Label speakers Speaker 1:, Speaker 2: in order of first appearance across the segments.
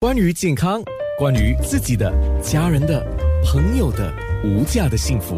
Speaker 1: 关于健康，关于自己的、家人的、朋友的无价的幸福，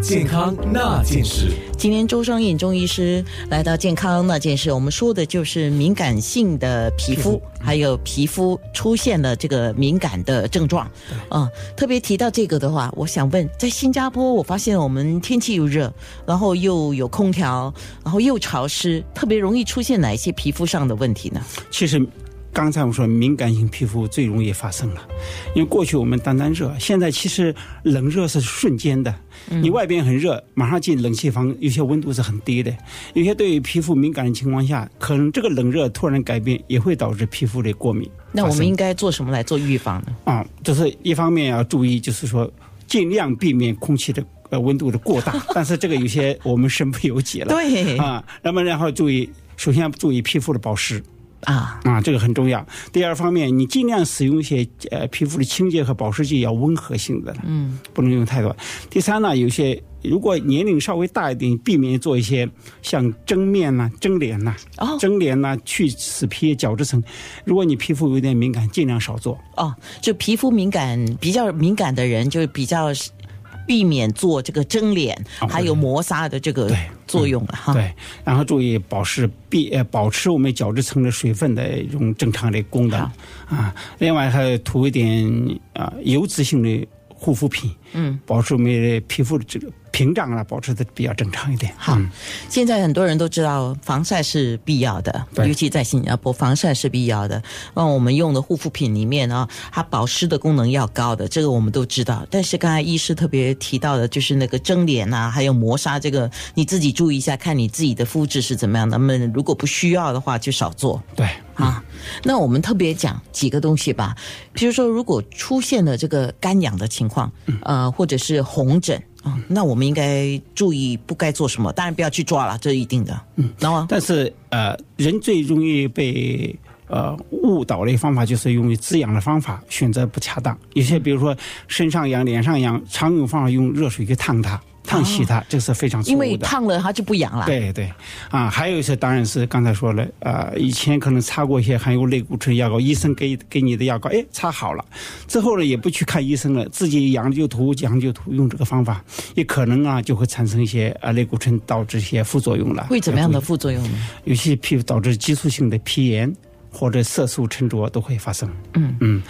Speaker 1: 健康那件事。
Speaker 2: 今天周双颖中医师来到健康那件事，我们说的就是敏感性的皮肤，嗯还有皮肤出现了这个敏感的症状。啊、特别提到这个的话，我想问，在新加坡，我发现我们天气又热，然后又有空调，然后又潮湿，特别容易出现哪一些皮肤上的问题呢？
Speaker 3: 其实刚才我说敏感性皮肤最容易发生了，因为过去我们单单热，现在其实冷热是瞬间的。
Speaker 2: 嗯
Speaker 3: 你外边很热，马上进冷气房，有些温度是很低的，有些对皮肤敏感的情况下，可能这个冷热突然改变，也会导致皮肤的过敏发生。
Speaker 2: 那我们应该做什么来做预防呢？
Speaker 3: 啊、就是一方面要注意，就是说尽量避免空气的呃温度的过 大，但是这个有些我们身不由己了。
Speaker 2: 对
Speaker 3: 啊，那么然后注意，首先要注意皮肤的保湿。
Speaker 2: 啊，
Speaker 3: 啊，这个很重要。第二方面，你尽量使用一些呃皮肤的清洁和保湿剂，要温和性的了，
Speaker 2: 嗯，
Speaker 3: 不能用太多。第三呢，有些如果年龄稍微大一点，避免做一些像蒸面呐、蒸脸呐、
Speaker 2: 哦
Speaker 3: 蒸脸呐、去死皮、角质层。如果你皮肤有点敏感，尽量少做。
Speaker 2: 哦，就皮肤敏感比较敏感的人，就比较是避免做这个蒸脸，
Speaker 3: 哦
Speaker 2: 还有磨砂的这个
Speaker 3: 对嗯
Speaker 2: 作用了哈。
Speaker 3: 对，然后注意保湿，避呃保持我们角质层的水分的一种正常的功能啊。另外还涂一点啊、油脂性的护肤品，
Speaker 2: 嗯，
Speaker 3: 保持我们的皮肤的这个屏障啊，保持的比较正常一点。
Speaker 2: 好
Speaker 3: 嗯，
Speaker 2: 现在很多人都知道防晒是必要的，
Speaker 3: 对
Speaker 2: 尤其在新加坡，防晒是必要的。那我们用的护肤品里面啊，它保湿的功能要高的，这个我们都知道。但是刚才医师特别提到的，就是那个蒸脸啊，还有磨砂这个，你自己注意一下，看你自己的肤质是怎么样的。那么如果不需要的话，就少做。
Speaker 3: 对，
Speaker 2: 啊，那我们特别讲几个东西吧，比如说，如果出现了这个干痒的情况，
Speaker 3: 嗯
Speaker 2: 呃，或者是红疹啊、那我们应该注意不该做什么，当然不要去抓了，这一定的。嗯，然后
Speaker 3: 但是呃，人最容易被呃误导的方法就是用于滋养的方法选择不恰当。有
Speaker 2: 嗯
Speaker 3: 些比如说身上痒、脸上痒，常用方法用热水去烫它、烫洗它，这是非常错
Speaker 2: 哦因为
Speaker 3: 误的。
Speaker 2: 烫了它就不痒了。，
Speaker 3: 对对，啊，还有一些当然是刚才说了，呃，以前可能擦过一些含有类固醇药膏，医生给给你的药膏，哎，擦好了，之后呢也不去看医生了，自己痒就涂，痒就涂，用这个方法，也可能啊就会产生一些啊类固醇导致一些副作用了，
Speaker 2: 会怎么样的
Speaker 3: 要注
Speaker 2: 副作用呢？
Speaker 3: 意？有些皮肤导致激素性的皮炎。或者色素沉着都会发生。嗯嗯，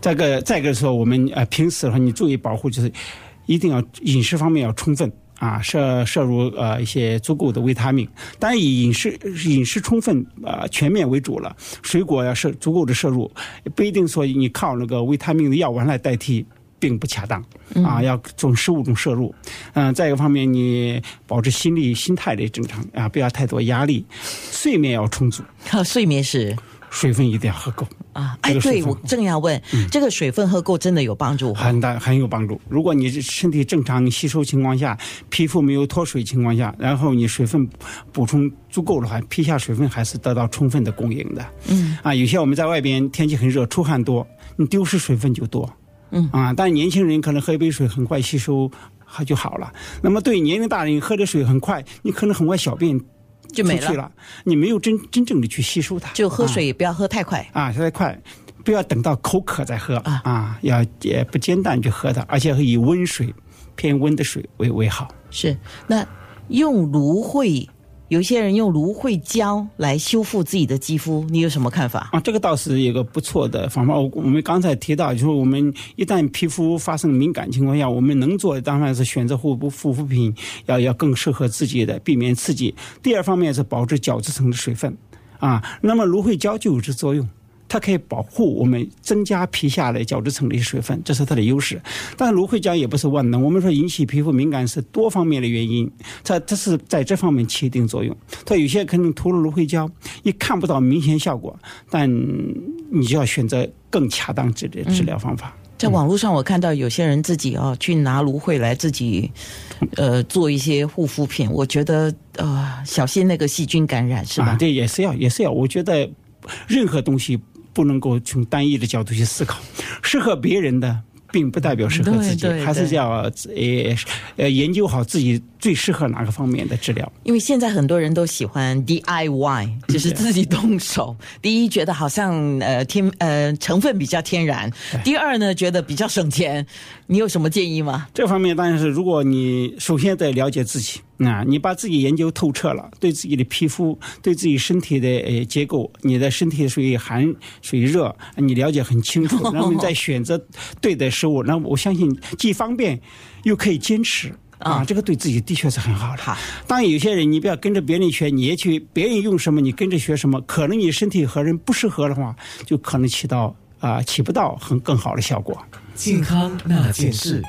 Speaker 3: 再个再一个说，我们呃平时的话，你注意保护，就是一定要饮食方面要充分啊，摄摄入呃一些足够的维他命。当然以饮食饮食充分呃全面为主了，水果要摄足够的摄入，不一定说你靠那个维他命的药丸来代替。并不恰当啊，要从食物中摄入。嗯、再一个方面，你保持心理、心态的正常啊，不要太多压力，睡眠要充足，
Speaker 2: 啊睡眠时
Speaker 3: 水分一定要喝够。
Speaker 2: 啊，
Speaker 3: 这
Speaker 2: 哎，
Speaker 3: 个水
Speaker 2: 对
Speaker 3: 分
Speaker 2: 我正要问，这个水分喝够真的有帮助哈？
Speaker 3: 很大很有帮助。如果你是身体正常吸收情况下，皮肤没有脱水情况下，然后你水分补充足够的话，皮下水分还是得到充分的供应的。嗯，啊，有些我们在外边天气很热，出汗多，你丢失水分就多。嗯，啊，但年轻人可能喝一杯水很快吸收。它就好了。那么对年龄大人喝的水很快，你可能很快小便
Speaker 2: 就没
Speaker 3: 出去
Speaker 2: 了，
Speaker 3: 了，你没有真真正的去吸收它。
Speaker 2: 就喝
Speaker 3: 啊
Speaker 2: 水也不要喝太快。
Speaker 3: 啊，喝得快，不要等到口渴再喝
Speaker 2: 啊
Speaker 3: 啊要也不煎蛋去喝它，而且以温水偏温的水为为好。
Speaker 2: 是，那用芦荟，有些人用芦荟胶来修复自己的肌肤，你有什么看法？
Speaker 3: 啊，这个倒是一个不错的方法。我我们刚才提到，就是我们一旦皮肤发生敏感情况下，我们能做的当然是选择护肤护肤品要要更适合自己的，避免刺激。第二方面是保持角质层的水分啊。那么芦荟胶就有这作用。它可以保护我们，增加皮下的角质层的一些水分，这是它的优势。但是芦荟胶也不是万能，我们说引起皮肤敏感是多方面的原因，它它是在这方面起一定作用。它有些可能涂了芦荟胶，也看不到明显效果，但你就要选择更恰当治
Speaker 2: 嗯
Speaker 3: 疗治疗方法。
Speaker 2: 在网络上我看到有些人自己哦去拿芦荟来自己，呃，做一些护肤品，我觉得呃小心那个细菌感染是吧？
Speaker 3: 啊，这也是要，也是要。我觉得任何东西不能够从单一的角度去思考，适合别人的并不代表适合自己
Speaker 2: 对对，
Speaker 3: 还是
Speaker 2: 对
Speaker 3: 要呃呃研究好自己最适合哪个方面的治疗。
Speaker 2: 因为现在很多人都喜欢 DIY，就是自己动手。第一，觉得好像呃天呃成分比较天然；第二呢，觉得比较省钱。你有什么建议吗？
Speaker 3: 这方面当然是，如果你首先得了解自己啊，你把自己研究透彻了，对自己的皮肤、对自己身体的呃结构，你的身体属于寒属于热，你了解很清 楚，然后你再选择对的食物，那我相信既方便又可以坚持。啊，这个对自己的确是很好的。
Speaker 2: 好，
Speaker 3: 当然有些人你不要跟着别人学，你也去别人用什么，你跟着学什么，可能你身体和人不适合的话，就可能起到啊、起不到很更好的效果。
Speaker 1: 健康那件事。